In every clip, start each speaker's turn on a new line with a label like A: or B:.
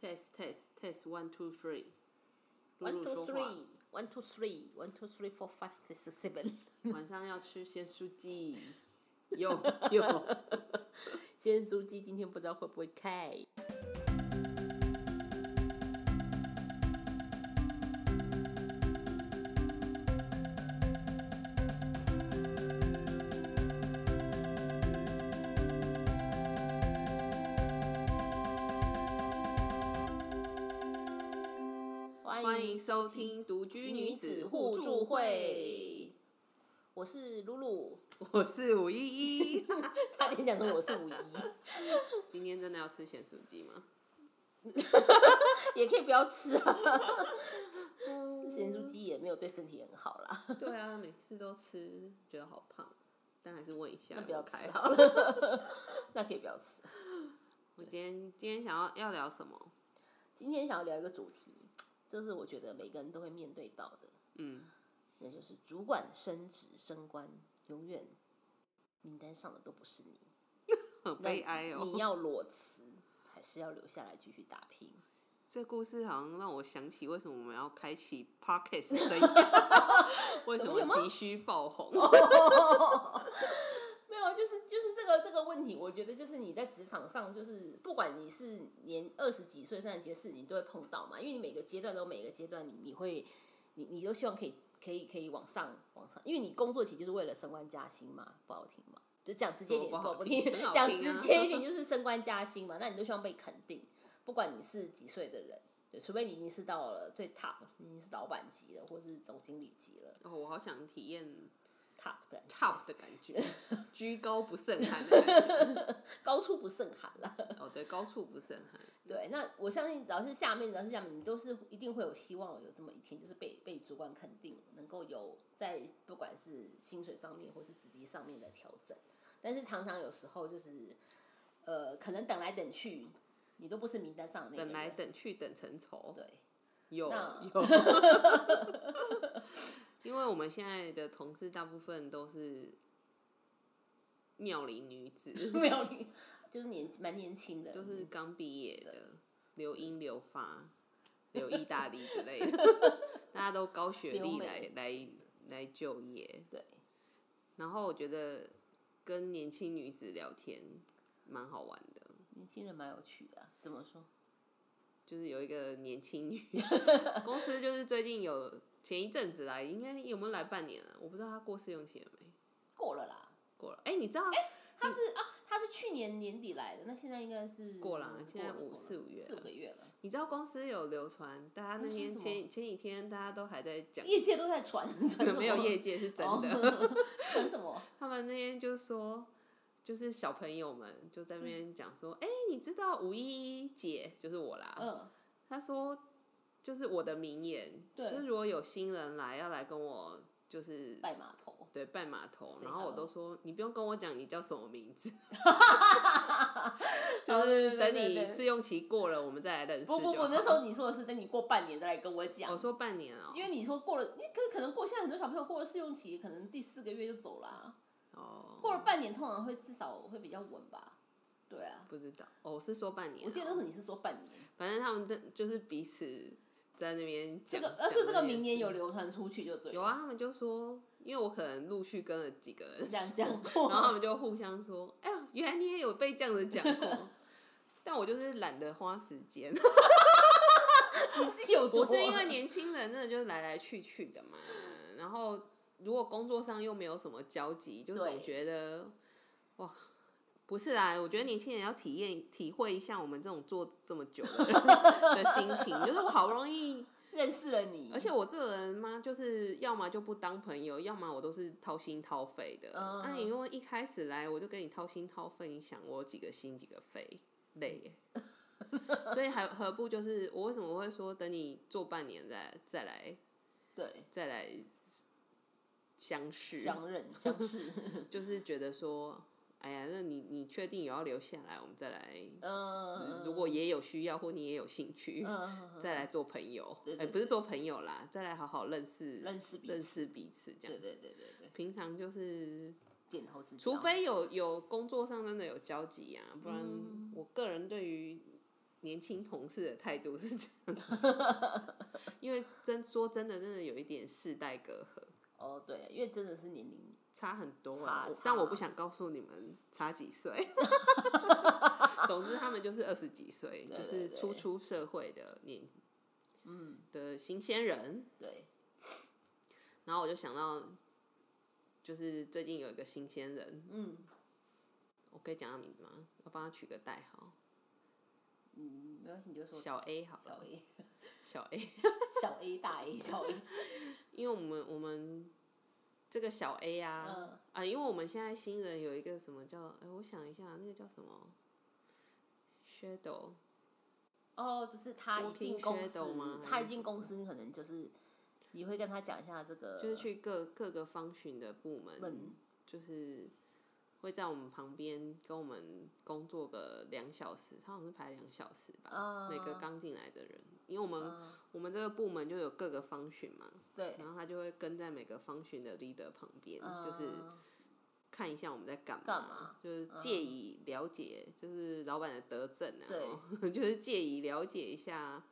A: test test test one two three。露
B: One
A: 露
B: two
A: 说
B: three,
A: 话，
B: one two three, one two three four five six seven。
A: 晚上要吃鲜蔬鸡，有有。
B: 鲜酥鸡今天不知道会不会开。欢
A: 欢
B: 迎
A: 迎收听独居女子互助会，
B: 我是露露，
A: 我是五一一。
B: 差点讲成我是五一，
A: 今天真的要吃咸酥鸡吗？
B: 也可以不要吃 啊。咸酥鸡也没有对身体很好 啦，
A: 对啊，每次都吃，觉得好胖，但还是问一下。
B: 那不要吃
A: 开
B: 好。了， 那可以不要吃。
A: 我今天今天想要要聊什么？
B: 今天想要聊一个主题，这是我觉得每个人都会面对到的，
A: 嗯，
B: 那就是主管升职升官，永远名单上的都不是你，
A: 很
B: 那
A: 悲哀
B: 你
A: 哦。
B: 要裸辞，还是要留下来继续打拼？
A: 这故事好像让我想起为什么我们要开启 podcast 生涯，为什么
B: 有吗
A: 急需爆红？
B: 没有，就是就是这个这个问题，我觉得就是你在职场上，就是不管你是年二十几岁、三十几岁，你都会碰到嘛，因为你每个阶段都有每个阶段你，你会你你都希望可以可以可以往上往上，因为你工作其实就是为了升官加薪嘛，不好听嘛，就讲直接一点，
A: 多不好
B: 不
A: 听很好
B: 讲
A: 听啊
B: 直接一点就是升官加薪嘛，那你都希望被肯定，不管你是几岁的人。对，除非你已经是到了最 top，你已经是老板级了，或是总经理级了
A: 哦，我好想体验
B: ，top 的
A: top 的感觉，居高不胜寒的感
B: 高处不胜寒了。
A: 觉。哦，对，高处不胜 寒。
B: 对，那我相信只要是下面，只要是下面，你都是一定会有希望有这么一天，就是被被主管肯定，能够有在不管是薪水上面或是职级上面的调整。但是常常有时候就是，呃，可能等来等去，你都不是名单上的那个
A: 等来
B: 人
A: 等去等成仇。
B: 对，
A: 有
B: 那
A: 有， 因为我们现在的同事大部分都是妙龄女 子，
B: 没有你，就是年蛮年轻的，
A: 就是刚毕业的，留英留法、留意大利之类的， 大家都高学
B: 留
A: 历来
B: 美
A: 来来就业。
B: 对，
A: 然后我觉得跟年轻女子聊天蛮好玩的。
B: 年轻人蛮有趣的啊、怎么说？
A: 就是有一个年轻 女公司，就是最近有前一阵子来，应该有没有来半年了？我不知道她过试用期了没，
B: 过了啦，
A: 过了。哎、你知道？
B: 他是啊，他是去年年底来的，那现在应该是
A: 过啦现在五
B: 过了
A: 四五月
B: 四五
A: 了
B: 个月了。
A: 你知道公司有流传，大家那
B: 流传
A: 天
B: 什么
A: 前前几天大家都还在讲，
B: 业界都在 传，传什么
A: 没有业界是真的。
B: 哦传什么？
A: 他们那天就说，就是小朋友们就在那边讲说，哎、你知道五一一姐就是我啦，
B: 嗯，
A: 他说，就是我的名言，
B: 对
A: 就是如果有新人来要来跟我就是
B: 拜码头。
A: 对，拜码头，
B: Say
A: 然后我
B: hello
A: 都说你不用跟我讲你叫什么名 字，
B: 哦
A: 就
B: 对
A: 是
B: 对
A: 等
B: 对
A: 你
B: 对
A: 试用期过了，我们再来认识就
B: 不
A: 好。
B: 不不，那时候你说的是等你过半年再来跟我讲
A: 我，说半年哦、
B: 因为你说过了，因为可可能过现在很多小朋友过了试用期，可能第四个月就走啦、
A: 哦，
B: 过了半年通常会至少会比较稳吧。对啊，
A: 不知道哦，我是说半年哦、
B: 我记得那时候你是说半年，
A: 反正他们的就是彼此在那边讲
B: 这个而且这个名言有
A: 流
B: 流传出去就对了，
A: 有啊，他们就说，因为我可能陆续跟了几个人
B: 这样讲过，
A: 然后他们就互相说：“哎呦，原来你也有被这样子讲过。” 但我就是懒得花时 间，
B: 你是有多
A: 不 是因为年轻人真的就是来来去去的嘛，然后如果工作上又没有什么交集，就总
B: 对
A: 觉得哇，不是啦，我觉得年轻人要体验体会一下我们这种做这么久的人 的心情，就是我好不容易，
B: 认识了你，
A: 而且我这个人嘛，就是要么就不当朋友，要么我都是掏心掏肺的。那、
B: 嗯
A: 你因为一开始来我就跟你掏心掏肺，你想我有几个心几个肺，累耶。 所以还何不就是我为什么会说等你做半年再再来
B: 对
A: 再来相识，
B: 相 认相识，
A: 就是觉得说，哎呀，那你你确定有要留下来，我们再来，
B: 嗯，
A: 如果也有需要或你也有兴趣，
B: 嗯
A: 再来做朋友，哎
B: 对对
A: 不是做朋友啦，再来好好认识
B: 认识彼
A: 认
B: 此
A: 识彼此这样
B: 对
A: 子。
B: 对对对对，
A: 平常就是，
B: 点头之交，嗯
A: 除非有有工作上真的有交集啊，不然我个人对于年轻同事的态度是这样 子，因为真说真的，真的有一点世代隔阂，
B: 哦，对，因为真的是年龄，
A: 差很多
B: 差
A: 啊。我但我
B: 差
A: 不想告诉你们差几 岁。总之，他们就是二十几岁，
B: 对
A: 就
B: 对
A: 是
B: 对
A: 初出社会的年
B: 嗯，
A: 的新鲜人。
B: 对，
A: 然后我就想到，就是最近有一个新鲜人，
B: 嗯
A: 我可以讲他名字吗？我帮他取个代号，
B: 嗯，没关系，你就说
A: 小 A 好
B: 小
A: 了，
B: A，
A: 小 A，
B: 小 A 大 A 小 A，
A: 因为我们我们这个小 A 啊，
B: 嗯
A: 啊，因为我们现在新人有一个什么叫，哎，我想一下，那个叫什么？shadow，
B: 哦，就是他一进公
A: 我听缺斗吗
B: 司，他一进公司，你可能就是你会跟他讲一下这个，
A: 就是去各各个方群的部门，
B: 问
A: 就是会在我们旁边跟我们工作个两小时，他好像是排两小时吧，
B: 啊
A: 嗯每个刚进来的人，因为我们、
B: 啊
A: 我们这个部门就有各个方群嘛，
B: 对，
A: 然后他就会跟在每个方群的 leader 旁边，就是
B: 啊
A: 看一下我们在干嘛，
B: 干嘛嗯
A: 就是借以了解，就是老板的德政啊，
B: 对
A: 对， 就是借以了解一下，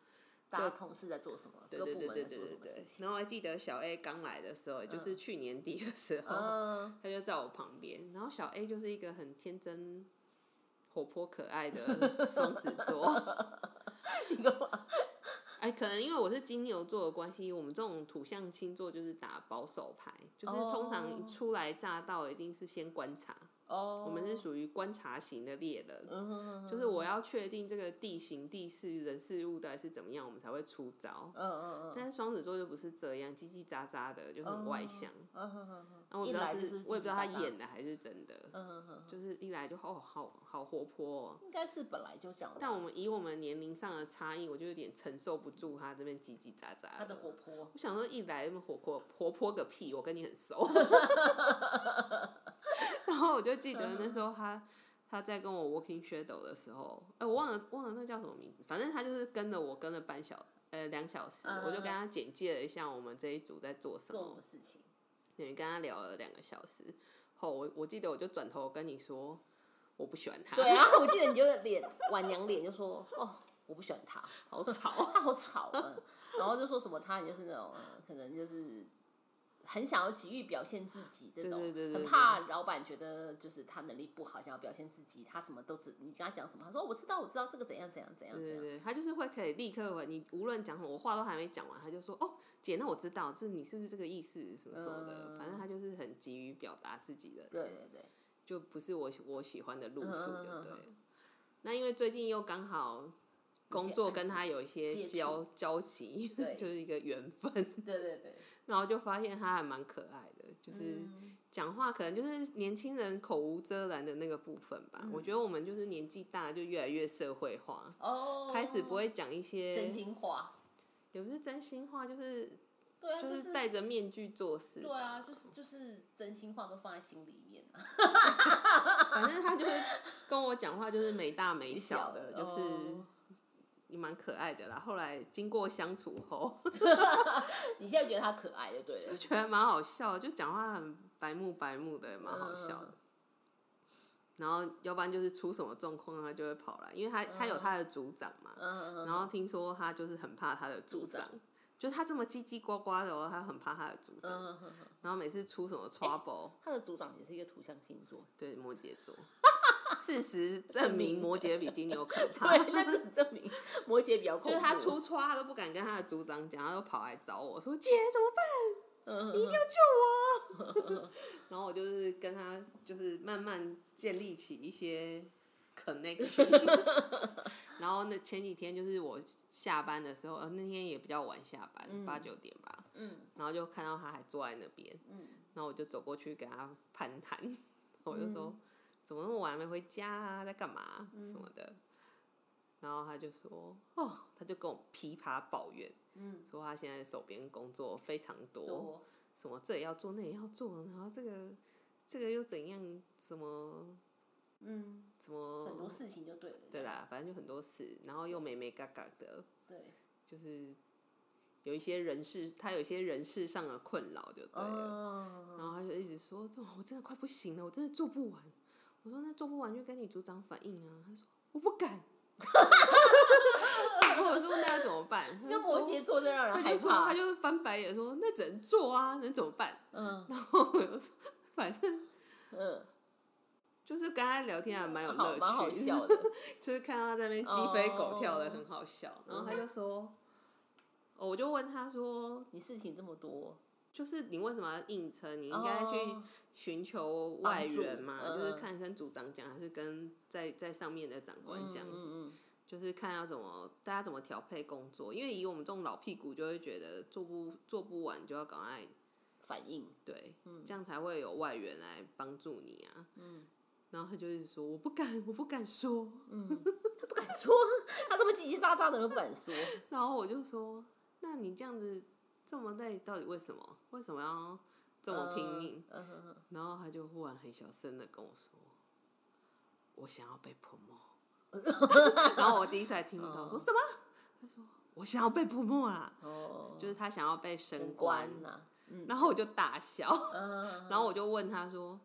B: 大家同事在做什么，
A: 对
B: 各
A: 对
B: 部
A: 对
B: 门在
A: 对对
B: 做什
A: 对
B: 么事
A: 对。
B: 情，
A: 然后我还记得小 A 刚来的时候，也就是去年底的时候，
B: 嗯，
A: 他就在我旁边，然后小 A 就是一个很天真、活泼可爱的双子座，
B: 一个
A: 哎，可能因为我是金牛座的关系，我们这种土象星座就是打保守牌，就是通常
B: 哦
A: 初来乍到一定是先观察，
B: 哦，
A: 我们是属于观察型的猎人。
B: 嗯哼哼哼
A: 就是我要确定这个地形、地势、人事物到底是怎么样，我们才会出招。
B: 嗯嗯嗯
A: 但是双子座就不是这样，叽叽喳喳的，就很外向。
B: 嗯哼哼哼，
A: 那、我不
B: 一
A: 知道
B: 来
A: 是，
B: 就是
A: 我也不知道他
B: 叽叽喳喳
A: 演的还是真的，
B: 嗯哼哼哼，
A: 就是一来就哦，好好活泼、哦。
B: 应该是本来就这样吧，
A: 但我们以我们年龄上的差异，我就有点承受不住他这边叽叽喳喳。
B: 他的活，泼
A: 我想说一来那么活泼活泼个屁，我跟你很 熟。然后我就记得
B: 嗯
A: 那时候他他在跟我 Walking Shadow 的时候，哎、我忘了忘了那叫什么名字，反正他就是跟着我跟了半小呃两小时，
B: 嗯
A: 我就跟他简介了一下我们这一组在做什
B: 做
A: 么
B: 什，么事情，
A: 等于跟他聊了两个小时后，我我记得我就转头跟你说我不喜欢他，
B: 对啊，我记得你就脸晚娘脸就说哦，我不喜欢他，
A: 好 吵。
B: 他好吵啊，然后就说什么他就是那种呃可能就是很想要急于表现自己这种，
A: 对对对对
B: 很
A: 对
B: 怕老板觉得就是他能力不好，想要表现自己，他什么都知，你跟他讲什么，他说我知道我知道这个怎样怎样怎样
A: 对
B: 怎
A: 对
B: 样，
A: 对，他就是会可以立刻回你，无论讲什么，我话都还没讲完，他就说：“哦，姐，那我知道，这你是不是这个意思？什么什么的。
B: 嗯
A: 反正他就是很急于表达自己的，
B: 对对对，
A: 就不是我喜我喜欢的路数，
B: 嗯嗯
A: 就
B: 嗯
A: 对
B: 嗯
A: 了。那因为最近又刚好工作跟他有一些
B: 接
A: 交
B: 触
A: 交集
B: 对，
A: 就是一个缘分，
B: 对对对，
A: 然后就发现他还蛮可爱的，就是。
B: 嗯
A: 讲话可能就是年轻人口无遮拦的那个部分吧。
B: 嗯
A: 我觉得我们就是年纪大，就越来越社会化，
B: 哦，
A: 开始不会讲一些
B: 真，心话，
A: 也不是真心话，就是
B: 对啊，
A: 就是
B: 是
A: 戴着面具做事。
B: 对啊，就是就是真心话都放在心里面啊，
A: 反正他就是跟我讲话就是没大没小 的，
B: 小
A: 就是
B: 哦
A: 也蛮可爱的啦。后来经过相处后，
B: 你现在觉得他可爱就对
A: 就
B: 了，
A: 觉得蛮好笑，就讲话很白目白目的，也蛮好笑的。
B: 嗯
A: 然后，要不然就是出什么状况，他就会跑来，因为他他有他的组长嘛，
B: 嗯，
A: 然后听说他就是很怕他的组长
B: 组长，
A: 就他这么叽叽呱呱的哦，他很怕他的组长，
B: 嗯，嗯嗯
A: 然后每次出什么 trouble，、
B: 他的组长也是一个土象星座，
A: 对摩羯座。 事实证明，摩羯比金牛可怕。
B: 对，那这证明摩羯比较
A: 就
B: 恐怖。
A: 是他出错，他都不敢跟他的组长讲，他都跑来找我说：“姐，怎么办？
B: 嗯，
A: 你一定要救 我！”然后我就是跟他，就是慢慢建立起一些 connection。然后那前几天就是我下班的时候，呃，那天也比较晚下班，八九、点吧。
B: 嗯
A: 然后就看到他还坐在那边，
B: 嗯
A: 然后我就走过去跟他攀谈，我就
B: 嗯
A: 说、怎么那么晚还没回家啊，在干嘛、什么的，然后他就说哦，他就跟我噼啪抱怨，
B: 嗯，
A: 说他现在手边工作非常多，
B: 多
A: 什么这也要做那也要做，然后这个这个又怎样，什么
B: 嗯，
A: 什么
B: 很多事情就对了。
A: 对啦，反正就很多事，然后又美美嘎嘎的，
B: 对，
A: 就是有一些人事，他有一些人事上的困扰就对了。
B: 嗯，
A: 然后他就一直说：“这我真的快不行了，我真的做 不完。”我说：“那做不完就跟你组长反映啊。”他说：“我不敢。”么办？
B: 那摩羯座真让人
A: 他
B: 害
A: 就说他
B: 怕。
A: 就翻白眼说那只能做啊，能怎么办？
B: 嗯
A: 然后我就说反正
B: 嗯，
A: 就是跟他聊天还蛮有
B: 好
A: 乐
B: 蛮好
A: 趣，
B: 笑的。
A: 就是看到他在那边鸡飞狗跳的
B: 哦
A: 很好笑。然后他就说，哦，我就问他说，
B: 你事情这么多，
A: 就是你为什么要硬撑？你应该去
B: 哦
A: 寻求
B: 帮
A: 外
B: 助
A: 援嘛，
B: 嗯
A: 就是看跟组长讲，还是跟在在上面的长官
B: 嗯
A: 讲，
B: 嗯嗯，
A: 就是看要怎么大家怎么调配工作。因为以我们这种老屁股，就会觉得做不做不完就要赶快
B: 反应
A: 对，
B: 嗯
A: 这样才会有外援来帮助你啊。
B: 嗯
A: 然后他就一直说我不敢，我不敢说。
B: 嗯，他不敢说，他这么叽叽喳喳的都不敢说。
A: 然后我就说，那你这样子这么累，到底为什么？为什么要这么拼命？
B: 嗯？嗯嗯嗯
A: 然后他就忽然很小声的跟我说：“我想要被 promo。”然后我第一次还听不到，我说
B: 哦
A: 什么？他说我想要被 promo 啊，
B: 哦，
A: 就是他想要被升
B: 很
A: 官。
B: 关呐。嗯
A: 然后我就大笑，
B: 嗯，
A: 然后我就问他说：“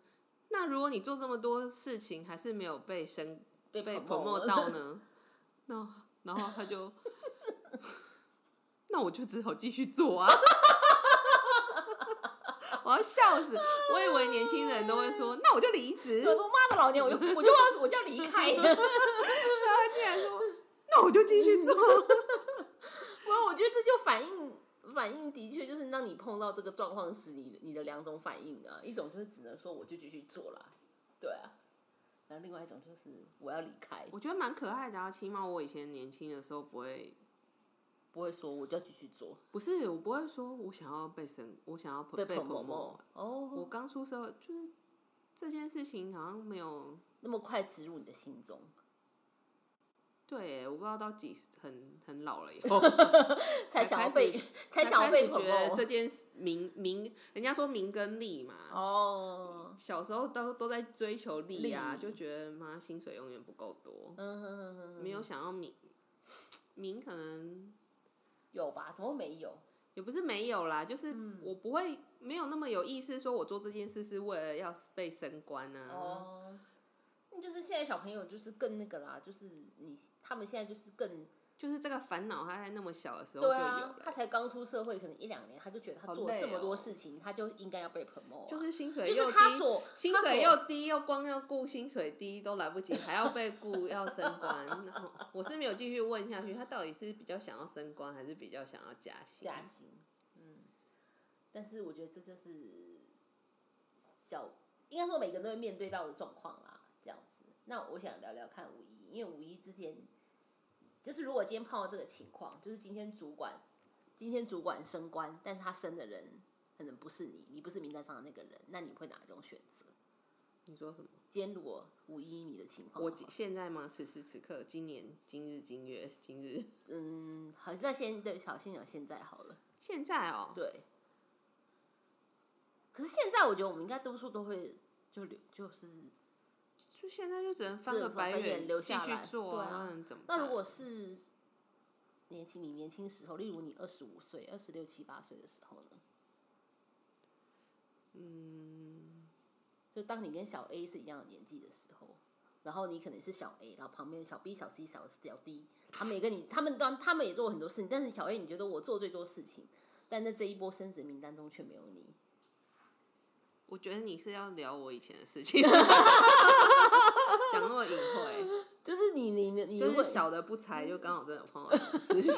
A: 那如果你做这么多事情还是没有被升
B: 被
A: 被
B: promote
A: promo 到呢？” 那然后他 就，那我就只好继续做啊。我要笑死！我以为年轻人都会说，那我就离职。
B: 我说妈的老娘，我就我就要我就要离开， 不
A: 啊他竟然说，那我就继续做。
B: 然我觉得这就反映反映的确就是让你碰到这个状况时，你你的两种反应啊，一种就是只能说我就继续做啦，对啊，然后另外一种就是我要离开，
A: 我觉得蛮可爱的啊，起码我以前年轻的时候不会，
B: 不会说我就要继续做，
A: 不是我不会说我想要被升，我想要
B: 被
A: 被 promo
B: promo。哦
A: 我，刚出社会，就是这件事情好像没有
B: 那么快植入你的心中，
A: 对，我不知道到几很很老 了以后，
B: 才
A: 才
B: 想要
A: 开
B: 被
A: 始
B: 才想要
A: 开
B: 被
A: 始觉得这
B: promo
A: 件事名名，人家说名跟利嘛。
B: 哦，
A: 小时候都都在追求利啊，
B: 利
A: 就觉得妈薪水永远不够多，
B: 嗯哼哼哼，
A: 没有想要名，名可能
B: 有吧？怎么会没有？
A: 也不是没有啦，就是
B: 嗯
A: 我不会没有那么有意识，说我做这件事是为了要被升官啊。
B: 哦，那就是现在小朋友就是更那个啦，就是你他们现在就是更
A: 就是这个烦恼，他在那么小的时候就
B: 对
A: 有
B: 啊
A: 了，，
B: 他才刚出社会，可能一两年他就觉得他
A: 好
B: 做
A: 累
B: 这么多
A: 哦
B: 事情，他就应该要被 promote，、啊、
A: 就是薪水
B: 就
A: 又
B: 是
A: 低，
B: 他所
A: 薪
B: 他
A: 水
B: 所
A: 又低，又光要顾薪水低都来不及，还要被顾要升官。然后我是没有继续问下去，他到底是比较想要升官，还是比较想要加薪？
B: 加薪，嗯，但是我觉得这就是小，应该说每个人都会面对到的状况啦，这样子。那我想聊聊看五一，因为五一之前，就是如果今天碰到这个情况，就是今天主管，今天主管升官，但是他升的人可能不是你，你不是名单上的那个人，那你会哪种选择？
A: 你说什么？
B: 今天如果五一你的情况的话，
A: 我今现在吗？此时此刻，今年今日今月今日，
B: 嗯，好，那先对，好，先讲现在好了。
A: 现在哦，
B: 对。可是现在我觉得我们应该多数都会就留就是，
A: 就现在就只能翻
B: 只
A: 个
B: 能翻
A: 白
B: 白眼留
A: 继
B: 下
A: 续
B: 来
A: 做
B: 对啊
A: 那能怎么办？
B: 那如果是年轻你年轻时候，例如你二十五岁、二十六七八岁的时候呢？
A: 嗯，
B: 就当你跟小 A 是一样的年纪的时候，然后你可能是小 A，然后旁边小 B、小 C、小小 D，他们也跟你，他们当他们也做了很多事情，但是小 A 你觉得我做最多事情，但在这一波升职名单中却没有你，
A: 我觉得你是要聊我以前的事 情，讲那么隐晦，
B: 就是你你你你
A: 就是
B: 会
A: 小的不才，就刚好真的碰到这种事情。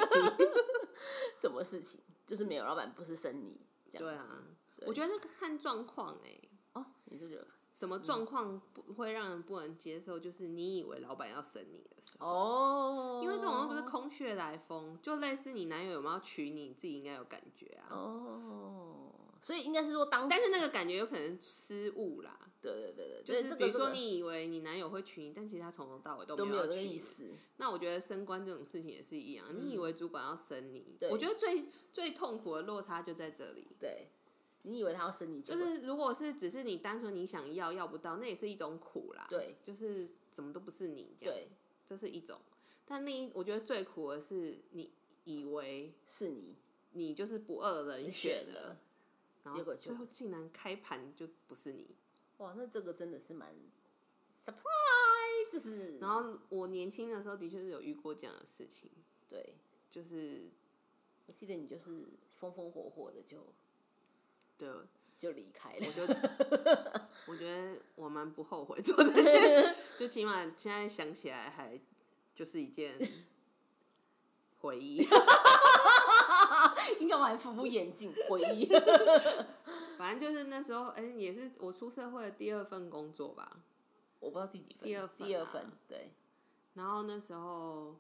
B: 什么事情？就是没有老板不是升你，这样
A: 对
B: 子
A: 啊，
B: 对
A: 我觉得那个看状况哎、
B: 哦，你是觉得
A: 什么状况不会让人不能接受？就是你以为老板要审你的时候，
B: 哦，
A: 因为这种又不是空穴来风，就类似你男友有没有娶你，你自己应该有感觉啊。
B: 哦，所以应该是说当时，
A: 但是那个感觉有可能失误啦，
B: 对对对对，
A: 就
B: 对
A: 是
B: 这
A: 比
B: 个
A: 如说
B: 这个
A: 你以为你男友会娶你，但其实他从头到尾都
B: 都
A: 没
B: 没
A: 有
B: 有
A: 要
B: 这
A: 娶
B: 个意
A: 你。
B: 思，嗯
A: 那我觉得升官这种事情也是一样，你以为主管要审你
B: 对，
A: 我觉得最最痛苦的落差就在这里。
B: 对，你以为他要生你，结
A: 就
B: 果
A: 是如果是只是你单纯你想要要不到，那也是一种苦啦。
B: 对，
A: 就是怎么都不是你这样。
B: 对
A: 这是一种。但另一，我觉得最苦的是你以为
B: 是你
A: 你就是不二人
B: 你
A: 选
B: 选
A: 了
B: 了，，
A: 然
B: 结
A: 后
B: 果就
A: 最后竟然开盘就不是你。
B: 哇，那这个真的是蛮 surprise，就是
A: 然后我年轻的时候的确是有遇过这样的事情，
B: 对，
A: 就是
B: 我记得你就是风风火火的就
A: 对，
B: 就离开
A: 我
B: 了。
A: 觉得 我觉得我蛮不后悔做这件，就起码现在想起来还就是一件回忆。
B: 你干嘛还扶扶眼镜回 忆？
A: 反正就是那时候，哎、也是我出社会的第二份工作吧。
B: 我不知道第几分，
A: 第二份
B: 第二
A: 啊
B: 份，对，
A: 然后那时候，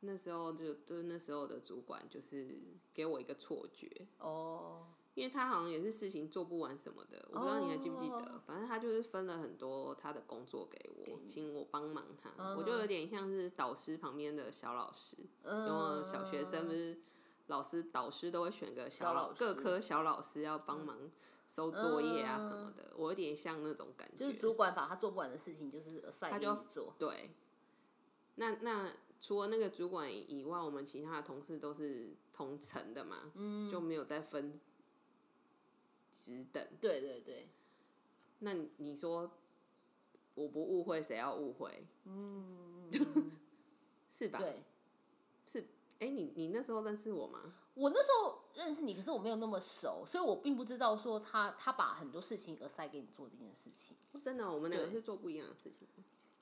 A: 那时候就就是那时候的主管就是给我一个错觉，
B: 哦，
A: 因为他好像也是事情做不完什么的，我不知道你还记不记得。
B: 哦
A: 反正他就是分了很多他的工作给我，请我帮忙他。
B: 嗯
A: 我就有点像是导师旁边的小老师，因
B: 嗯，
A: 为小学生不是老师导师都会选个小老
B: 小老师嗯
A: 各科小老师要帮忙收作业啊什么的，我有点像那种感
B: 就是
A: 觉。
B: 主管把他做不完的事情，就是他
A: 他就
B: 做，
A: 对，那那除了那个主管以外，我们其他的同事都是同层的嘛，就没有再分职等。
B: 对对对，
A: 那你你说我不误会，谁要误会？
B: 嗯，
A: 是吧？
B: 对。
A: 是，哎、你你那时候认识我吗？
B: 我那时候认识你，可是我没有那么熟，所以我并不知道说他他把很多事情而塞给你做这件事情。
A: 真的哦、我们两个
B: 对
A: 是做不一样的事情。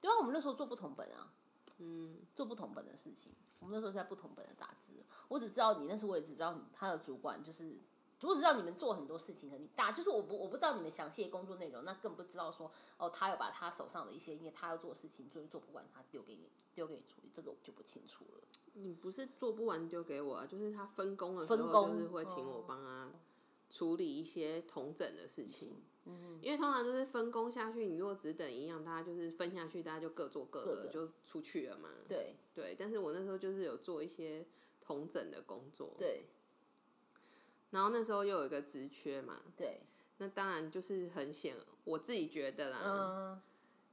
B: 对啊，我们那时候做不同本啊，
A: 嗯，
B: 做不同本的事情。我们那时候是在不同本的杂志，我只知道你，但是我也只知道你他的主管就是。我只知道你们做很多事情很大，就是我不我不知道你们详细的工作内容，那更不知道说哦，他有把他手上的一些因为他要做的事情做做不完，他丢给你丢给你处理，这个我就不清楚了。
A: 你不是做不完丢给我、啊，就是他分工哦的时
B: 分
A: 候，
B: 工
A: 就是会请我帮他处理一些同整的事情。
B: 嗯，
A: 因为通常就是分工下去，你如果只等一样，大家就是分下去，大家就各做各
B: 各
A: 的，
B: 的
A: 就出去了嘛。
B: 对
A: 对，但是我那时候就是有做一些同整的工作，
B: 对
A: 然后那时候又有一个职缺嘛，
B: 对，
A: 那当然就是很显，我自己觉得啦。
B: 嗯，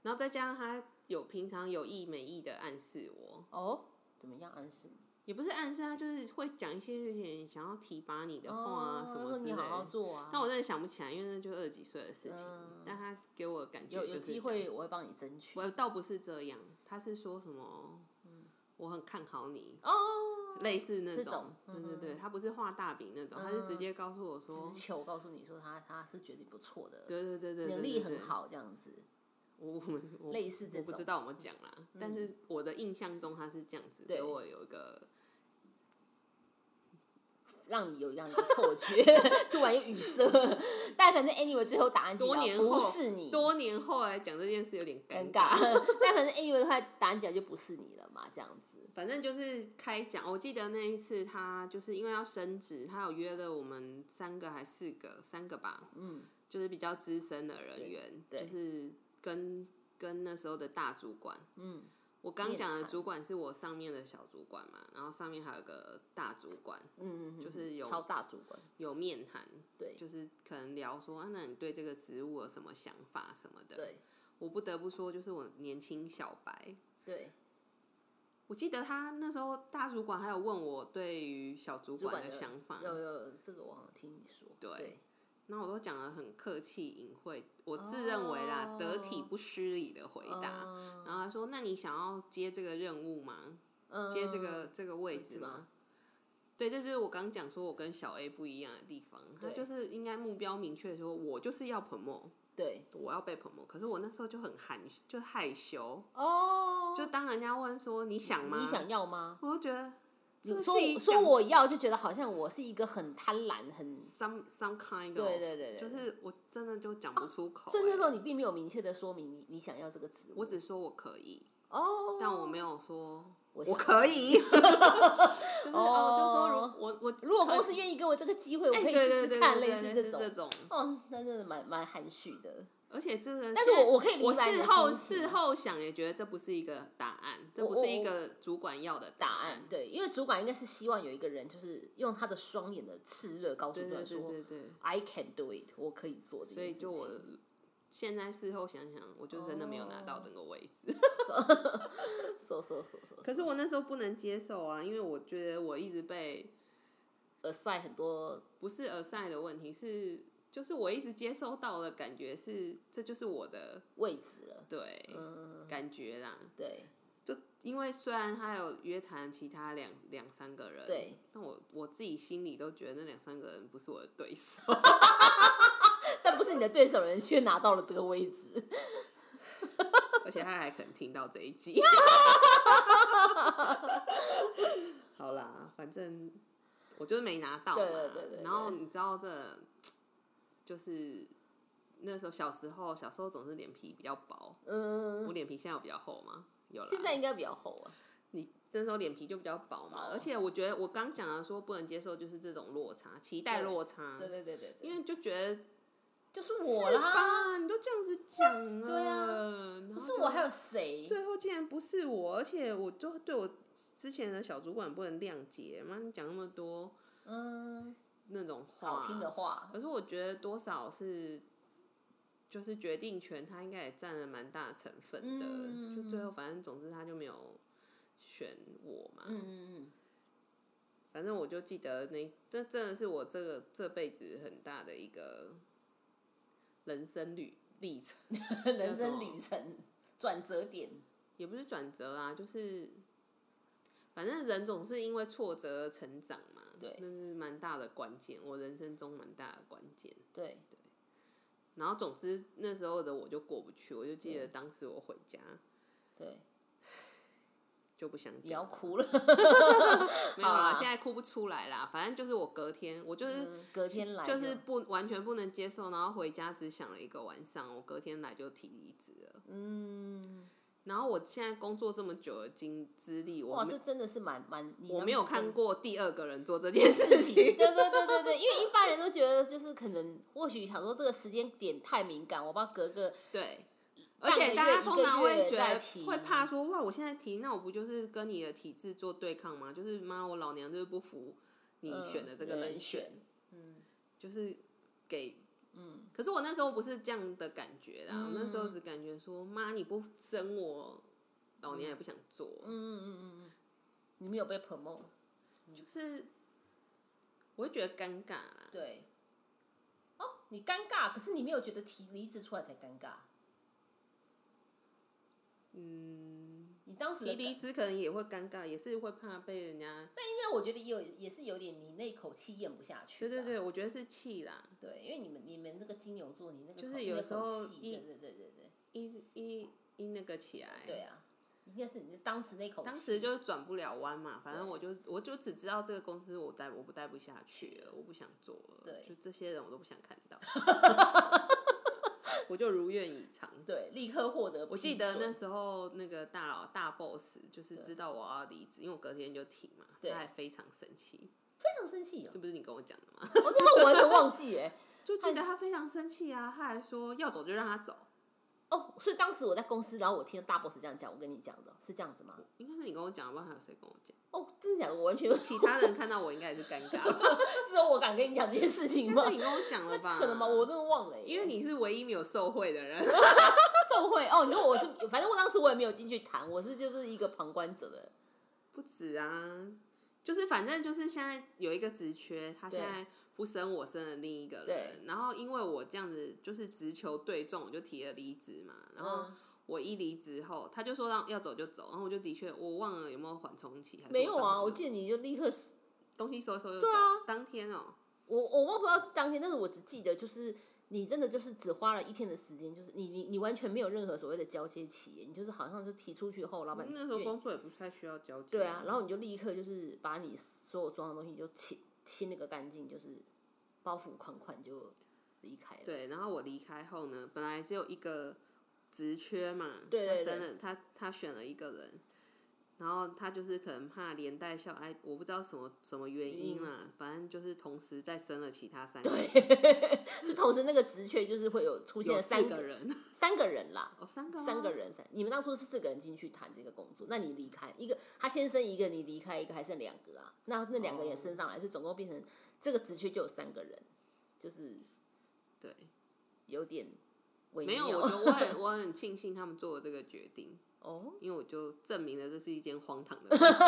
A: 然后再加上他有平常有意没意的暗示我，
B: 哦，怎么样暗示你？
A: 也不是暗示他，啊就是会讲一些有点想要提拔你
B: 哦
A: 的话啊、什
B: 说
A: 么之类
B: 你
A: 的。
B: 好好做啊。
A: 但我真的想不起来，因为那就二十几岁的事情。
B: 嗯
A: 但他给我的感觉
B: 有
A: 就
B: 有
A: 是
B: 机
A: 这样，
B: 会我会帮你争取。
A: 我倒不是这样，他是说什么？嗯我很看好你，
B: 哦，
A: 类似那
B: 这
A: 种
B: 种，
A: 对对
B: 嗯
A: 对，他不是画大饼那种，他是直接告诉我说
B: 直，球告诉你说他他是觉得你不错的，
A: 哦对对对对，对
B: 能力
A: 对
B: 很
A: 对
B: 好这样子，
A: 我我们我
B: 类似这
A: 我不知
B: 种。嗯
A: 道有没有讲啦，但是我的印象中他是这样子
B: 对
A: 给我有一个，
B: 让你有这样一个错 觉，突然又语塞。 但反正 anyway 最后答案知
A: 多
B: 道
A: 年
B: 不
A: 后
B: 是你，
A: 多年后来讲这件事有点
B: 尴
A: 尴
B: 尬。 但反正 anyway 他答案讲就不是你了嘛，这样子。
A: 反正就是开讲，我记得那一次他就是因为要升职，他有约了我们三个还四个，三个吧，
B: 嗯，
A: 就是比较资深的人员，
B: 对
A: 就
B: 对
A: 是跟跟那时候的大主管，
B: 嗯，
A: 我刚讲
B: 面
A: 的
B: 谈
A: 主管是我上面的小主管嘛，然后上面还有个大主管，
B: 嗯，嗯
A: 就是
B: 嗯
A: 有
B: 超大主管，
A: 有面谈，
B: 对
A: 就是可能聊说啊，那你对这个职务有什么想法什么的，
B: 对
A: 我不得不说，就是我年轻小白。
B: 对，
A: 我记得他那时候大主管还有问我对于小主
B: 主
A: 管
B: 管
A: 的想法，
B: 有有有这个我好像听你说，
A: 对
B: 对，
A: 那我都讲的很客气隐晦，我自认为啦、
B: 哦
A: 得体不失礼的回答。
B: 嗯
A: 然后他说：“那你想要接这个任务吗？接这个、
B: 嗯
A: 这个位置
B: 置
A: 吗
B: 吗？”
A: 对，这就是我刚讲说我跟小 A 不一样的地方，他
B: 对
A: 就是应该目标明确地说，我就是要 promo，
B: 对
A: 我要被 promo。可是我那时候就很含，就害羞，
B: 哦，
A: 就当人家问说你想吗？
B: 你想要吗？
A: 我就觉得
B: 你
A: 是
B: 说
A: 自己
B: 说
A: 讲
B: 我要，就觉得好像我是一个很贪婪，很
A: some some kind of，
B: 对对对对
A: 就是我真的就讲不出口、
B: 所以那时
A: 欸
B: 候你并没有明确的说明你你想要这个职务
A: 我只说我可以，
B: 哦，
A: 但我没有说
B: 我
A: 我
B: 想
A: 可以， 就是哦，就说
B: 哦
A: 如我我
B: 如果
A: 可
B: 公司愿意给我这个 机会，我
A: 哎
B: 可以
A: 对
B: 试
A: 对
B: 试
A: 对
B: 看，
A: 对对
B: 类似
A: 对
B: 这种
A: 这。种，
B: 哦，那真的蛮蛮含蓄的，
A: 而且这个，
B: 但是我我可以明
A: 我
B: 白你
A: 事
B: 的
A: 后
B: 心情
A: 事后想也觉得这不是一个答案，这
B: 我
A: 不
B: 我
A: 是一
B: 我
A: 个主管要的
B: 答案。对，因为主管应该是希望有一个人，就是用他的双眼的炽热告诉
A: 对
B: 主
A: 对
B: 管说
A: 对对对，
B: ：“I can do it，我可以做这
A: 所
B: 件
A: 以
B: 事情。”
A: 就我现在事后想想，我就真的没有拿到那个位置。
B: so so so so，
A: 可是我那时候不能接受啊，因为我觉得我一直被
B: aside 很多
A: 不是耳塞的问题，是就是我一直接收到的感觉是，这就是我的
B: 位置了，
A: 对、
B: 嗯，
A: 感觉啦。
B: 对，
A: 就因为虽然他有约谈其他两两三个人，
B: 对，
A: 但我我自己心里都觉得那两三个人不是我的对手。
B: 但不是你的对手人却拿到了这个位置，
A: 而且他还肯听到这一集。 好啦，反正我就是没拿到嘛。
B: 对对对对
A: 然后你知道这，就是那时候小时候，小时候总是脸皮比较薄。
B: 嗯
A: 我，脸皮现在有比较厚吗？有啦。
B: 现在应该比较厚啊，
A: 你那时候脸皮就比较薄嘛，
B: 薄
A: 而且我觉得我刚讲的说不能接受就是这种落差，期待
B: 对
A: 落差。
B: 对对对对对，
A: 因为就觉得
B: 就是我
A: 是
B: 啦，
A: 吧，你都这样子讲了，
B: 对啊
A: 然后
B: 不是
A: 就
B: 我还有谁？
A: 最后竟然不是我，而且我就对我之前的小主管不能谅解，妈你讲那么多
B: 嗯，
A: 那种话，
B: 好听的话，
A: 可是我觉得多少是，就是决定权，他应该也占了蛮大成分的。
B: 嗯
A: 就最后反正总之他就没有选我嘛，
B: 嗯嗯嗯，
A: 反正我就记得那这真的是我这个这辈子很大的一个人生旅历程，
B: 人生旅程转折点，
A: 也不是转折啊，就是反正人总是因为挫折而成长嘛，
B: 对
A: 那是蛮大的关键，我人生中蛮大的关键。
B: 对，
A: 然后总之那时候的我就过不去，我就记
B: 嗯
A: 得当时我回家
B: 对，
A: 就不想
B: 你要
A: 讲，
B: 哭了，
A: 没有啦，
B: 好啊
A: 现在哭不出来啦，反正就是我隔天我就是。
B: 嗯隔天来
A: 就是
B: 的
A: 不完全不能接受，然后回家只想了一个晚上，我隔天来就提离职了。
B: 嗯，
A: 然后我现在工作这么久的经资历，我
B: 哇，
A: 没
B: 这真的是蛮蛮，你
A: 我
B: 当
A: 没有
B: 时真
A: 看
B: 的
A: 过第二个人做这件事
B: 事情。对
A: 情。
B: 对对对对，因为一般人都觉得就是可能或许想说这个时间点太敏感，我不知道隔个
A: 对，而
B: 半个
A: 且大家
B: 月一
A: 通
B: 个
A: 常会
B: 月
A: 觉
B: 再
A: 得
B: 提
A: 会怕说，哇，我现在提，那我不就是跟你的体制做对抗吗？就是妈，我老娘就是不服你
B: 嗯
A: 选的这个
B: 人
A: 人选，
B: 选嗯
A: 就是给。
B: 嗯，
A: 可是我那时候不是这样的感觉啦，我那时候
B: 嗯
A: 只感觉说，妈，你不生我，老娘也不想做。
B: 嗯嗯嗯嗯，你没有被 promote，嗯
A: 就是我会觉得尴尬啦。
B: 对。哦，你尴尬，可是你没有觉得提离职出来才尴尬。
A: 嗯，
B: 你当时的
A: 提离
B: 感，
A: 职可能也会尴尬，也是会怕被人家。
B: 但应该我觉得也有也是有点你那口气咽不下去
A: 对
B: 吧。
A: 对对，我觉得是气啦。
B: 对，因为你们你们那个金牛座，你那个
A: 就是
B: 口
A: 有
B: 那
A: 时候
B: 口气
A: 一
B: 对对对对对，
A: 一一一那个起来，
B: 对啊，应该是你当时那口气。
A: 当时就是转不了弯嘛，反正
B: 对
A: 我就我就只知道这个公司我待我不待不下去了，我不想做了，
B: 对
A: 就这些人我都不想看 到，我就如愿以偿。
B: 对立刻获得批准。
A: 我记得那时候那个大佬大 boss 就是
B: 对
A: 知道我要离职，因为我隔天就提嘛，
B: 对
A: 他还非常生气，
B: 非常生气哦
A: 这，不是你跟我讲的吗？
B: 我真的完全忘记哎。
A: 就记得他非常生气啊，他还说要走就让他走，
B: 哦，所以当时我在公司，然后我听到大 boss 这样讲，我跟你讲的是这样子吗？
A: 应该是你跟我讲的，不然还有谁跟我讲？
B: 哦，真的假的？我完全
A: 其他人看到我应该也是尴尬吧，
B: 只有我敢 跟你讲这件事情吗
A: 但是？你跟我讲了吧？
B: 可能吗？我真的忘了耶，
A: 因为你是唯一没有受贿的人，
B: 受贿哦。你说我是， 反正我当时我也没有进去谈，我是就是一个旁观者的。
A: 不止啊，就是反正就是现在有一个职缺，他现
B: 对
A: 在不生我生了另一个人
B: 对，
A: 然后因为我这样子就是直球对中，我就提了离职嘛，然后
B: 嗯
A: 我一离职后，他就说让要走就走，然后我就的确我忘了有没有缓冲期，还是
B: 没有啊，
A: 我
B: 我
A: 当时
B: 记得你就立刻，
A: 东西收一收就走，
B: 对啊
A: 当天哦、
B: 我我忘不到是当天，但是我只记得就是你真的就是只花了一天的时间，就是你你你完全没有任何所谓的交接期耶，你就是好像就提出去后，老板
A: 那时候
B: 愿意
A: 工作也不太需要交接，
B: 对啊，然后你就立刻就是把你所有装的东西就清清那个干净，就是包袱款款就离开了。
A: 对，然后我离开后呢，本来只有一个职缺嘛，
B: 对
A: 他
B: 对对
A: 生了他他选了一个人，然后他就是可能怕连带效哎，我不知道什么什么原因啦，反正就是同时再生了其他三个，
B: 就同时那个职缺就是会有出
A: 有哦
B: 现
A: 四
B: 三
A: 个人，
B: 三个人啦，
A: 哦三个吗
B: 三个，人三，你们当初是四个人进去谈这个工作，那你离开一个，他先生一个，你离开一个，还剩两个啊，那那两个
A: 哦
B: 也升上来，所以总共变成这个职缺就有三个人，就是
A: 对，
B: 有点微
A: 没
B: 妙。
A: 有，我 觉得我很我很庆幸他们做了这个决定，
B: 哦，
A: 因为我就证明了这是一件荒唐的公司，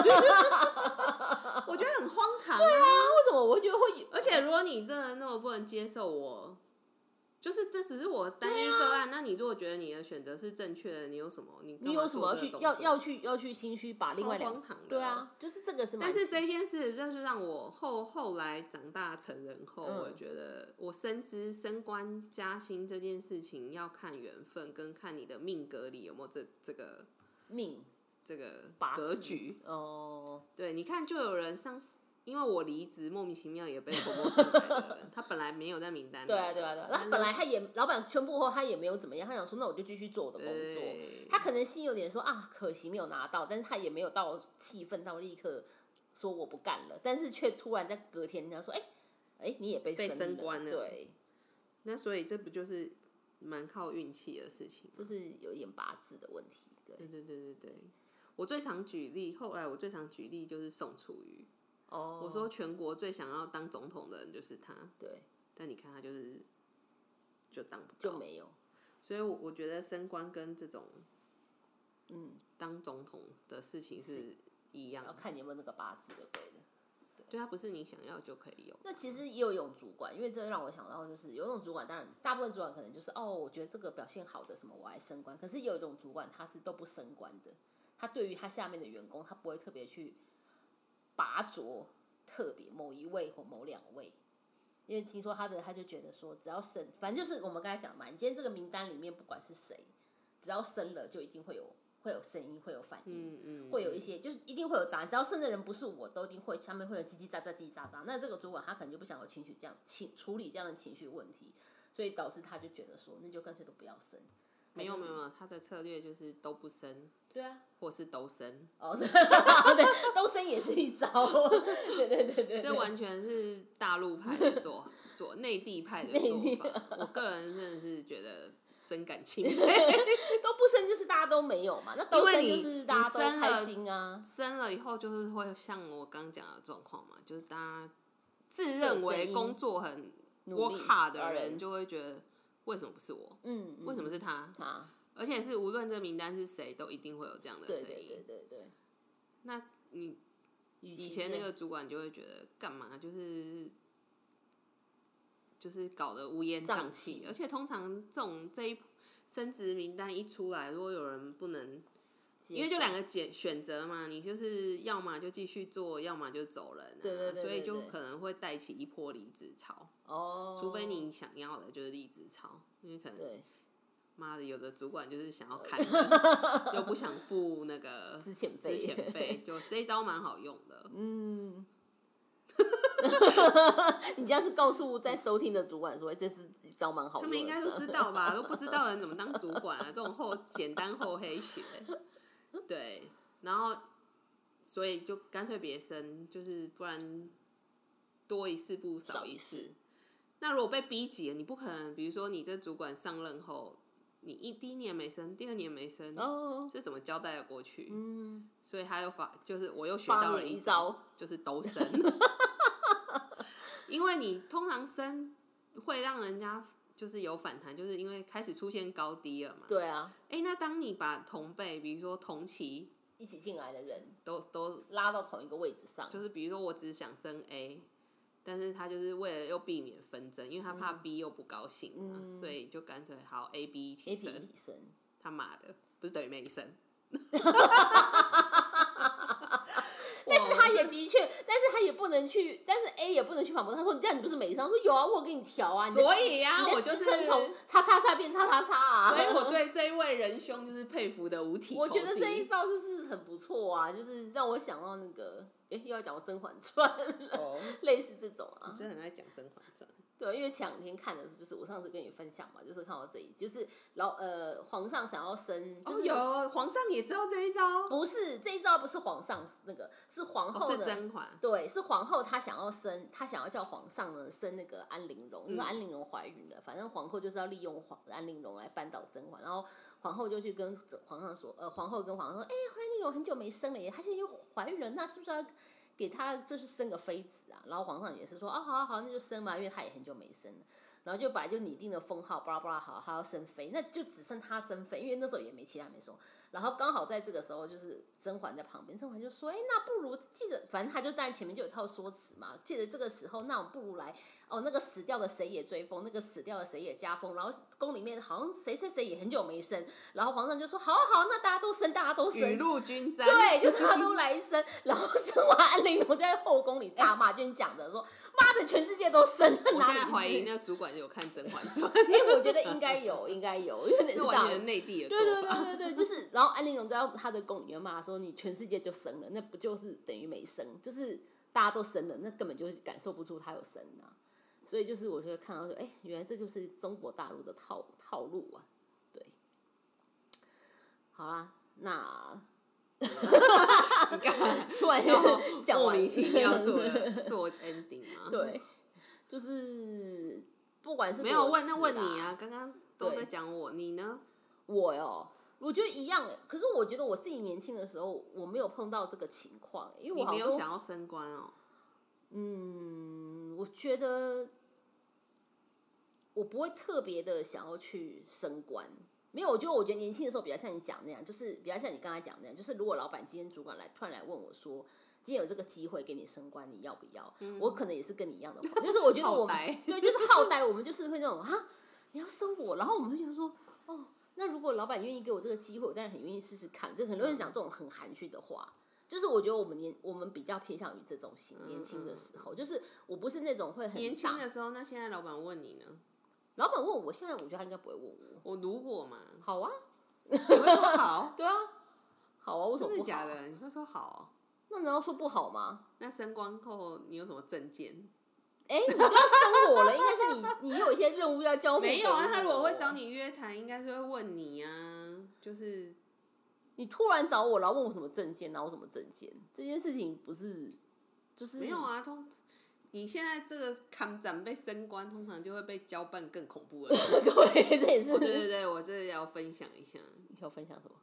A: 我觉得很荒唐啊。
B: 那为什么我会觉得会有？
A: 而且如果你真的那么不能接受我就是这只是我单
B: 啊
A: 一个案。那你如果觉得你的选择是正确的，你有什么？你
B: 你
A: 你
B: 有什么要去要要去要去心虚把另外
A: 超
B: 两
A: 荒唐的
B: 对啊，就是这个是蛮
A: 但是这件事，这是让我后后来长大成人后，
B: 嗯
A: 我觉得我深知升官加薪这件事情要看缘分，跟看你的命格里有没有这这个
B: 命
A: 这个
B: 八字
A: 格局。
B: 哦，
A: 对，你看就有人上次，因为我离职莫名其妙也被婆婆出来的人，他本来没有在名单里。
B: 对啊对啊对啊，那
A: 但是
B: 本来他也老板宣布后他也没有怎么样，他想说那我就继续做我的工作，
A: 对
B: 他可能心有点说啊，可惜没有拿到，但是他也没有到气愤到立刻说我不干了，但是却突然在隔天人家说，哎、哎、你也被
A: 被
B: 升
A: 升官了
B: 对，
A: 那所以这不就是蛮靠运气的事情吗？
B: 就是有点八字的问题，对，
A: 对对对对对，我最常举例，后来我最常举例就是宋楚瑜。
B: 哦，
A: 我说全国最想要当总统的人就是他，
B: 对，
A: 但你看他就是就当不
B: 就
A: 到，
B: 没有，
A: 所以我我觉得升官跟这种
B: 嗯，
A: 当总统的事情是一样
B: 要
A: 的，
B: 看你有没有那个八字就对了。
A: 对他不是你想要就可以有，
B: 那其实也有一种主管，因为这让我想到，就是有一种主管，当然大部分主管可能就是哦，我觉得这个表现好的什么我来升官，可是有一种主管他是都不升官的，他对于他下面的员工，他不会特别去拔擢特别某一位或某两位，因为听说他的他就觉得说，只要升，反正就是我们刚才讲嘛，你今天这个名单里面不管是谁，只要升了就一定会有会有声音，会有反应，
A: 嗯嗯，
B: 会有一些，就是一定会有杂，只要胜的人不是我，都一定会下面会有叽叽喳喳、叽叽喳喳。那这个主管他可能就不想有情绪这样情处理这样的情绪问题，所以导致他就觉得说，那就干脆都不要生。
A: 没有没
B: 还就是
A: 有没有，他的策略就是都不升，
B: 对啊，
A: 或是都升，
B: 哦， 对对，都生也是一招，对对对对
A: 这
B: 对。
A: 完全是大陆派的做做内地派的做
B: 内地
A: 法，我个人真的是觉得深感 钦佩。
B: 都不生就是大家都没有嘛，那都
A: 因
B: 生
A: 为
B: 就
A: 你
B: 是大家都
A: 你生
B: 开
A: 了
B: 心啊，
A: 生了以后就是会像我刚讲的状况嘛，就是大家自
B: 有
A: 认
B: 声
A: 为
B: 音
A: 工作很
B: 努
A: work
B: 力嗯
A: hard 的
B: 而
A: 人，就会觉得为什么不是我？
B: 嗯，嗯
A: 为什么是他？
B: 他？
A: 而且是无论这名单是谁，都一定会有这样的声
B: 对
A: 音。
B: 对对对对，
A: 那你
B: 与
A: 以
B: 其
A: 前那
B: 是
A: 个主管就会觉得干嘛？就是就是搞得乌烟瘴
B: 瘴
A: 气
B: 气，
A: 而且通常这种这一升职名单一出来，如果有人不能
B: 接
A: 因为就
B: 受
A: 两个选选择嘛，你就是要么就继续做，要么就走人、啊，
B: 对对对
A: 所以
B: 对
A: 就
B: 对
A: 可能会带起一波离职潮，
B: 哦，
A: 除非你想要的就是离职潮，因为可能
B: 对呃
A: 妈的有的主管就是想要砍人，又不想付那个
B: 之前
A: 之
B: 辈
A: 前费， 就这一招蛮好用的，
B: 嗯，你这样是告诉在收听的主管说，哎这是一招蛮好
A: 他
B: 用的。
A: 们应该都知道吧？都不知道的人怎么当主管啊？这种厚简单厚黑学，对，然后所以就干脆别生，就是不然多一事不如少一
B: 少一
A: 事
B: 事。
A: 那如果被逼急了，你不可能，比如说你这主管上任后，你一第一年没升，第二年没升，
B: 哦，
A: 这怎么交代的过去？
B: 嗯，
A: 所以他又发，就是我又学
B: 发
A: 到
B: 了
A: 了
B: 一
A: 一
B: 招，
A: 就是都 升，因为你通常升会让人家就是有反弹，就是因为开始出现高低了嘛。
B: 对啊，
A: 哎、那当你把同辈，比如说同期，
B: 一起进来的人
A: 都都
B: 拉到同一个位置上，
A: 就是比如说我只想升 A，但是他就是为了又避免纷争，因为他怕 B 又不高兴嘛，
B: 嗯
A: 所以就干脆好 A B 一起
B: 一起一
A: 升，
B: 起升，
A: 他妈的，不是等于没 升。
B: 但是他也的确，但是他也不能去，但是 A 也不能去反驳他说，这样你不是美商？说有啊，我有给你调啊，你的
A: 所以呀、
B: 你
A: 我
B: 的
A: 就
B: 职
A: 是，
B: 称从叉叉叉变叉叉叉啊，
A: 所以我 对这一位仁兄就是佩服的五体投
B: 我
A: 地。
B: 觉得这一招就是很不错啊，就是让我想到那个，诶，又要讲到《甄嬛传》了，
A: 哦，
B: 类似这种啊。
A: 真的很爱讲《甄嬛传》。
B: 对，啊因为前两天看的时候，就是我上次跟你分享嘛，就是看到这一，就是老呃皇上想要升，就是、
A: 哦有皇上也知道这一招，
B: 不是这一招不是皇上那个，是皇后
A: 哦、是
B: 呢。
A: 甄嬛。
B: 对，是皇后她想要生，她想要叫皇上呢生那个安陵容，因为
A: 嗯
B: 安陵容怀孕了，反正皇后就是要利用皇安陵容来扳倒甄嬛，然后皇后就去跟皇上说，呃，皇后跟皇上说，哎、安陵容很久没生了耶，她现在又怀孕了，那是不是要给她就是生个妃子啊？然后皇上也是说，哦，好好好，那就生吧，因为她也很久没生了。然后就本来就拟定了封号，巴拉巴拉，好，她要生妃，那就只剩她生妃，因为那时候也没其他没生，然后刚好在这个时候，就是甄嬛在旁边，甄嬛就说：“哎，那不如记得，反正他就当然前面就有一套说辞嘛，记得这个时候，那我们不如来哦，那个死掉的谁也追风，那个死掉的谁也加风，然后宫里面好像谁谁谁也很久没生，然后皇上就说：好好，那大家都生，大家都生，
A: 雨露均沾。
B: 对，就大家都来生，然后生完安陵容就在后宫里大骂，就你讲的说，妈的，全世界都生，那
A: 我
B: 哪
A: 现
B: 里
A: 在怀疑
B: 是？
A: 那个主管有看《甄嬛传》，
B: 哎、我觉得应该有，应该有，因为那
A: 是
B: 是
A: 完
B: 大
A: 全内地的
B: 对对
A: 做法。
B: 对对 对，就是，然后安陵容就在她的宫里面骂说：“你全世界就生了，那不就是等于没生？就是大家都生了，那根本就是感受不出她有生啊。”所以就是我觉得看到说，哎，原来这就是中国大陆的套套路啊。对，好啦，那
A: 你干 嘛？
B: 突然就 讲
A: 莫
B: 完
A: 名其妙做的做 ending 吗？，
B: 对，就是不管是
A: 没有
B: 国
A: 问，
B: 史
A: 那问
B: 啦
A: 你啊，刚刚都
B: 对
A: 在讲我，你呢？
B: 我哦，我觉得一样欸。可是我觉得我自己年轻的时候，我没有碰到这个情况欸，因
A: 你
B: 为我好
A: 没有
B: 多
A: 想要升官哦？
B: 嗯，我觉得我不会特别的想要去升官。没有，我觉得我觉得年轻的时候比较像你讲那样，就是比较像你刚才讲那样，就是如果老板今天主管来突然来问我说，今天有这个机会给你升官，你要不要？我可能也是跟你一样的话，就是我觉得我
A: 嗯好
B: 们
A: 呆
B: 对，就是好歹我们就是会那种哈，你要升我，然后我们会觉得说，哦，那如果老板愿意给我这个机会，我当然很愿意试试看。就很
A: 嗯
B: 多人讲这种很含蓄的话，就是我觉得我们年我们比较偏向于这种型，年轻的时候，就是我不是那种会很
A: 嗯年轻
B: 大
A: 的时候，那现在老板问你呢？
B: 老板问我，现在我觉得他应该不会问我，
A: 我如果 嘛，
B: 好啊，？
A: 你会说好
B: 对啊，好啊，为什
A: 真的
B: 么不好
A: 假
B: 啊、
A: 的？你会说好？
B: 那难道说不好吗？
A: 那升官后你有什么证件？
B: 哎、你都要升我了，应 该是你你有一些任务要交付。
A: 没有啊，他如果会找，你约谈，应该是会问你啊，就是
B: 你突然找我，然后问我什么证件，然后什么证件，这件事情不是就是
A: 没有 啊，通。你现在这个抗战被升官，通常就会被交办更恐怖 的人。
B: 对，这也是
A: 哦，对对对，我这里要分享一下，
B: 你要分享什么？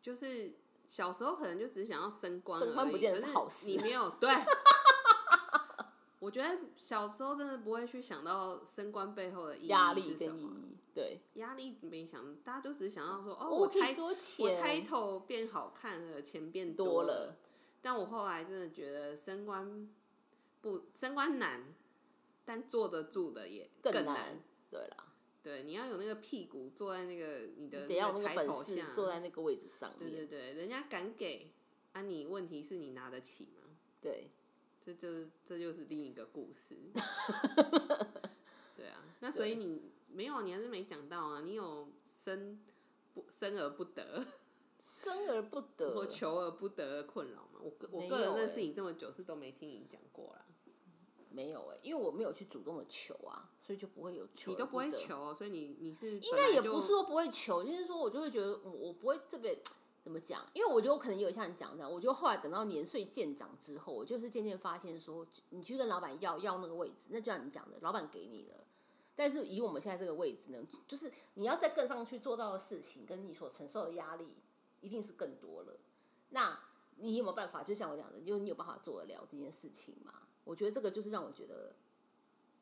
A: 就是小时候可能就只是想要升官而已，
B: 升官不见得
A: 可
B: 是
A: 是
B: 好事
A: 你没有对。 我觉得小时候真的不会去想到升官背后的意义
B: 压力
A: 是什
B: 跟意
A: 么，
B: 义，对，
A: 压力没想，大家就只是想要说，哦，
B: 哦
A: 我
B: 可以
A: 开
B: 多
A: 我开
B: 钱
A: 头变好看了，钱变
B: 多
A: 了
B: 了。，
A: 但我后来真的觉得升官不升官难，但坐得住的也
B: 更
A: 难。
B: 难，对啦，
A: 对，你要有那个屁股坐在那个你的
B: 得要有
A: 那个
B: 那个
A: 开
B: 本
A: 呃头
B: 事
A: 下，
B: 坐在那个位置上
A: 对对
B: 面，
A: 对，人家敢给啊你，问题是你拿得起吗？
B: 对，
A: 这就是这就是另一个故 事。对啊，那所以你没有，你还是没讲到啊，你有生不生而不 得。
B: 生而不得
A: 我，求而不得的困扰嘛。我个我
B: 没
A: 个人
B: 有
A: 认
B: 欸
A: 识你这么久，是都没听你讲过啦。
B: 没有哎，因为我没有去主动的求啊，所以就不会有求，
A: 你都不会。求，哦所以你你是本
B: 应
A: 来
B: 该也
A: 就
B: 不是说不会求，就是说我就会觉得我我不会特别怎么讲，因为我觉得我可能也有像你讲的，我觉得后来等到年岁渐长之后，我就是渐渐发现说，你去跟老板要要那个位置，那就像你讲的，老板给你了。但是以我们现在这个位置呢，就是你要再更上去做到的事情，跟你所承受的压力一定是更多了。那你有没有办法？就像我讲的，就是你有办法做得了这件事情吗？我觉得这个就是让我觉得，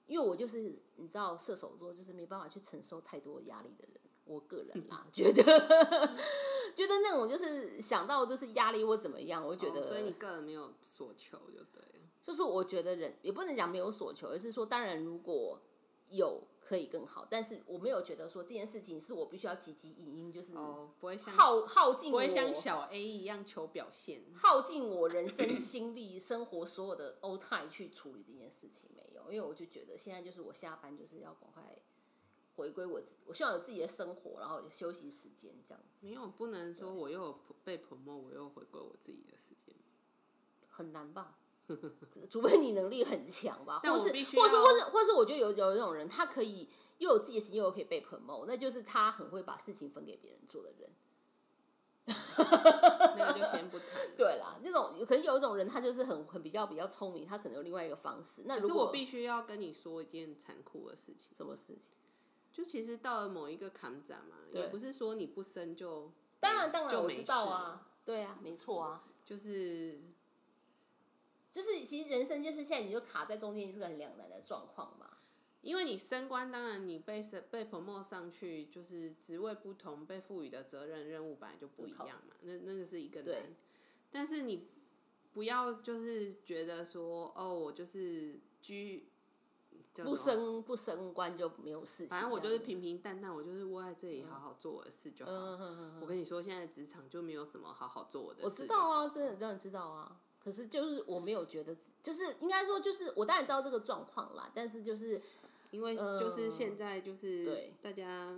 B: 因为我就是你知道射手座就是没办法去承受太多压力的人，我个人啦，觉得 觉得那种就是想到就是压力或怎么样，我就觉得、
A: 哦所以你个人没有所求就对了。
B: 就是我觉得人也不能讲没有所求，而是说，当然如果有可以更好，但是我没有觉得说这件事情是我必须要积极营营，就是
A: 哦，不会像
B: 耗耗尽
A: 不
B: 我
A: 会像小 A 一样求表现。
B: 耗尽我人生心力、 生活所有的 all time 去处理这件事情没有，因为我就觉得现在就是我下班就是要赶快回归我自，我希望有自己的生活，然后有休息时间这样子
A: 没有，不能说我又被 promo，我又回归我自己的时间。
B: 很难吧？ 除非你能力很强吧，
A: 但
B: 或
A: 我
B: 是
A: 必须
B: 或是
A: 要
B: 或是或是，我觉得有有一种人，他可以又有自己的事情，又有可以被 promote，那就是他很会把事情分给别人做的人。
A: 那个就先不谈了。
B: 对啦，那种可能有一种人，他就是很很比较比较聪明，他可能有另外一个方式。那
A: 可
B: 如
A: 是
B: 果
A: 我必须要跟你说一件残酷的事情，
B: 什么事情？
A: 就其实到了某一个坎展嘛，
B: 对
A: 也不是说你不生就
B: 当然当然
A: 就
B: 我
A: 没
B: 知道
A: 事
B: 啊，对啊，没错啊。
A: 就是
B: 就是其实人生就是现在你就卡在中间，是个很两难的状况嘛。
A: 因为你升官，当然你被升被 promote 上去，就是职位不同，被赋予的责任任务本来就不一样嘛，那那个是一个
B: 对
A: 难。但是你不要就是觉得说，哦，我就是居叫
B: 不
A: 什么
B: 升不升官就没有事情这样子。
A: 啊反正我就是平平淡淡，我就是窝在这里好好做我的事就好。
B: 嗯，嗯嗯嗯
A: 我跟你说，现在职场就没有什么好好做我的事。
B: 我知道，啊，真的真的知道啊。可是就是我没有觉得，就是应该说就是我当然知道这个状况啦，但是就是
A: 因为就是现在就是
B: 呃对
A: 大家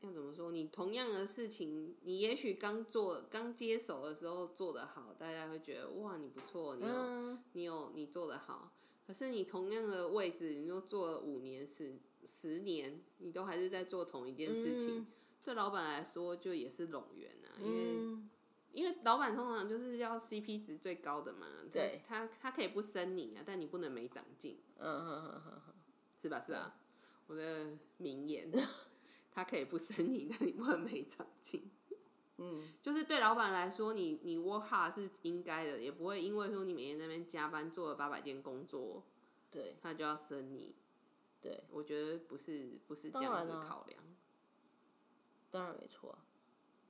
A: 要怎么说？你同样的事情，你也许刚做刚接手的时候做得好，大家会觉得哇你不错，你有、
B: 嗯，
A: 你有你做得好。可是你同样的位置，你都做了五年、十十年，你都还是在做同一件事情，
B: 嗯
A: 对老板来说就也是拢源啊，因为。
B: 嗯，
A: 因为老板通常就是要 CP 值最高的嘛，他
B: 对
A: 他他可以不升你啊，但你不能没长进，
B: 嗯嗯嗯嗯
A: 是吧？是吧？我的名言， 他可以不升你，但你不能没长进。
B: 嗯，
A: 就是对老板来说，你你 work hard 是应该的，也不会因为说你每天在那边加班做了八百件工作，
B: 对
A: 他就要升你。
B: 对，
A: 我觉得不是不是这
B: 当
A: 样
B: 然
A: 子
B: 啊
A: 考量，
B: 当然没错啊、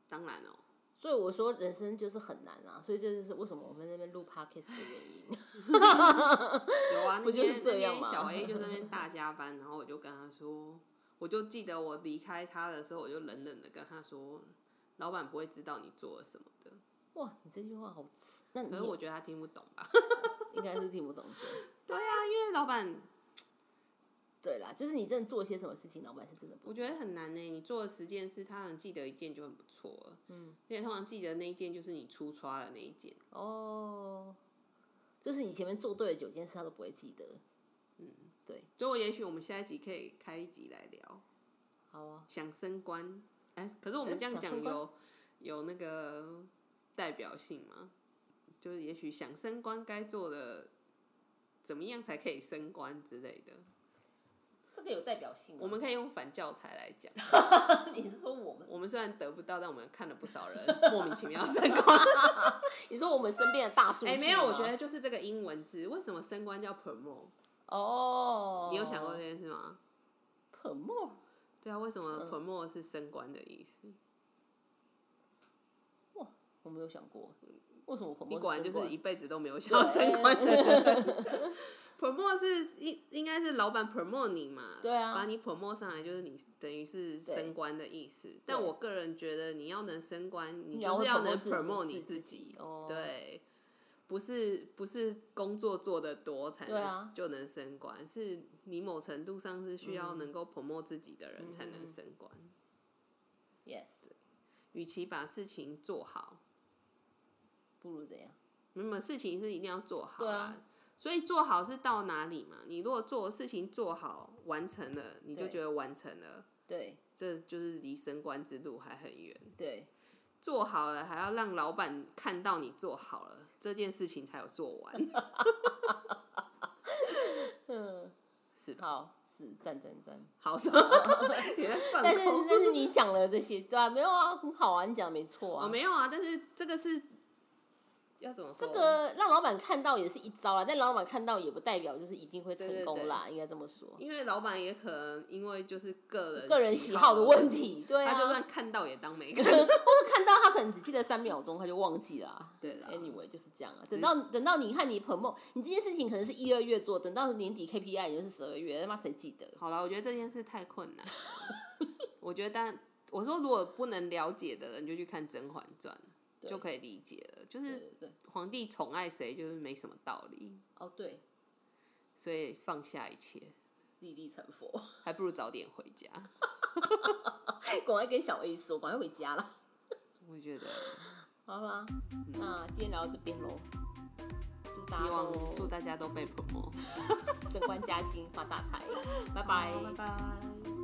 A: 当然哦。
B: 所以我说人生就是很难啊，所以这就是为什么我们在那边录 podcast 的原因。
A: 有啊，那
B: 不就是
A: 天
B: 这
A: 那
B: 样
A: 天
B: 吗
A: 小 A 就在那 边大加班，然后我就跟他说，我就记得我离开他的时候，我就冷冷的跟他说，老板不会知道你做了什么的。
B: 哇，你这句话好刺，那你
A: 可是我觉得他听不懂吧？
B: 应该是听不懂 的。
A: 对啊，因为老板
B: 对啦，就是你真的做些什么事情，老板是真的不
A: 我觉得很难呢、你做了十件事，他能记得一件就很不错了。嗯，而且通常记得那一件就是你出刷的那一件。
B: 哦，就是你前面做对了九件事，他都不会记得。
A: 所以我也许我们下一集可以开一集来聊
B: 好啊，
A: 想升官。哎、可是我们
B: 哎
A: 这样
B: 想
A: 讲
B: 升官
A: 有有那个代表性吗？就是也许想升官该做的，怎么样才可以升官之类的，
B: 这个有代表性吗。
A: 我们可以用反教材来讲。
B: 你是说我们？
A: 我们虽然得不到，但我们看了不少 人莫名其妙升官。
B: 你说我们身边的大数据
A: 哎、
B: 吗？
A: 没有，我觉得就是这个英文字，为什么升官叫 promote？
B: 哦，
A: 你有想过这件事吗？
B: 可莫？
A: 对啊，为什
B: 嗯
A: 么 promote 是升官的意思？
B: 哇，我没有想过，为什么可莫？
A: 你果然就是一辈子都没 有想要升官的 人。promote 是应应该是老板 promote 你嘛，
B: 对啊
A: 把你 promote 上来就是你等于是升官的意思。但我个人觉得你要能升官，你就是要能 promote 你自己，
B: 哦，，
A: 对，不是不是工作做得多才能、
B: 对啊
A: 就能升官，是你某程度上是需要能够 promote 自己的人才能升官。
B: ，yes，
A: 与其把事情做好，
B: 不如这样，
A: 没有没有事情是一定要做好
B: 对
A: 啦、
B: 啊
A: 所以做好是到哪里嘛？你如果做事情做好完成了，你就
B: 对
A: 觉得完成了，
B: 对
A: 这就是离升官之路还很远。
B: 对，
A: 做好了还要让老板看到你做好了，这件事情才有做完，
B: 嗯，
A: 是吧？
B: 好，是赞赞赞。
A: 好， 你在放
B: 但是
A: 空。
B: 但是你讲了这些，对啊，没有啊，很好啊，你讲得没错
A: 我
B: 啊。
A: 没有啊，但是这个是要怎么
B: 这
A: 说？
B: 个让老板看到也是一招啦，但老板看到也不代表就是一定会成
A: 对对
B: 功啦，应该这么说。
A: 因为老板也可能因为就是个人
B: 个人喜好的问题，对啊，
A: 他就算看到也当没看。
B: 或者看到他可能只记得三秒钟，他就忘记了啊、
A: 对啦
B: Anyway，就是这样啊。等到等到你看你 promo，你这件事情可能是一二月做，等到年底 KPI 也就是十二月，他妈谁记得？
A: 好了，我觉得这件事太困难了。我觉得但我说如果不能了解的人就去看《甄嬛传》
B: 对
A: 就可以理解了。就
B: 对
A: 是
B: 对对，
A: 皇帝宠爱谁，就是没什么道理，
B: 哦对，
A: 所以放下一切，
B: 立地成佛，
A: 还不如早点回家。
B: 赶快跟小 A 说，赶快回家了。
A: 我觉得，
B: 好啦，那今天聊到这边喽，祝大
A: 嗯希
B: 家
A: 望
B: 都
A: 祝大家都被捧摸。
B: 升官加薪，发大财，拜拜。
A: 拜拜。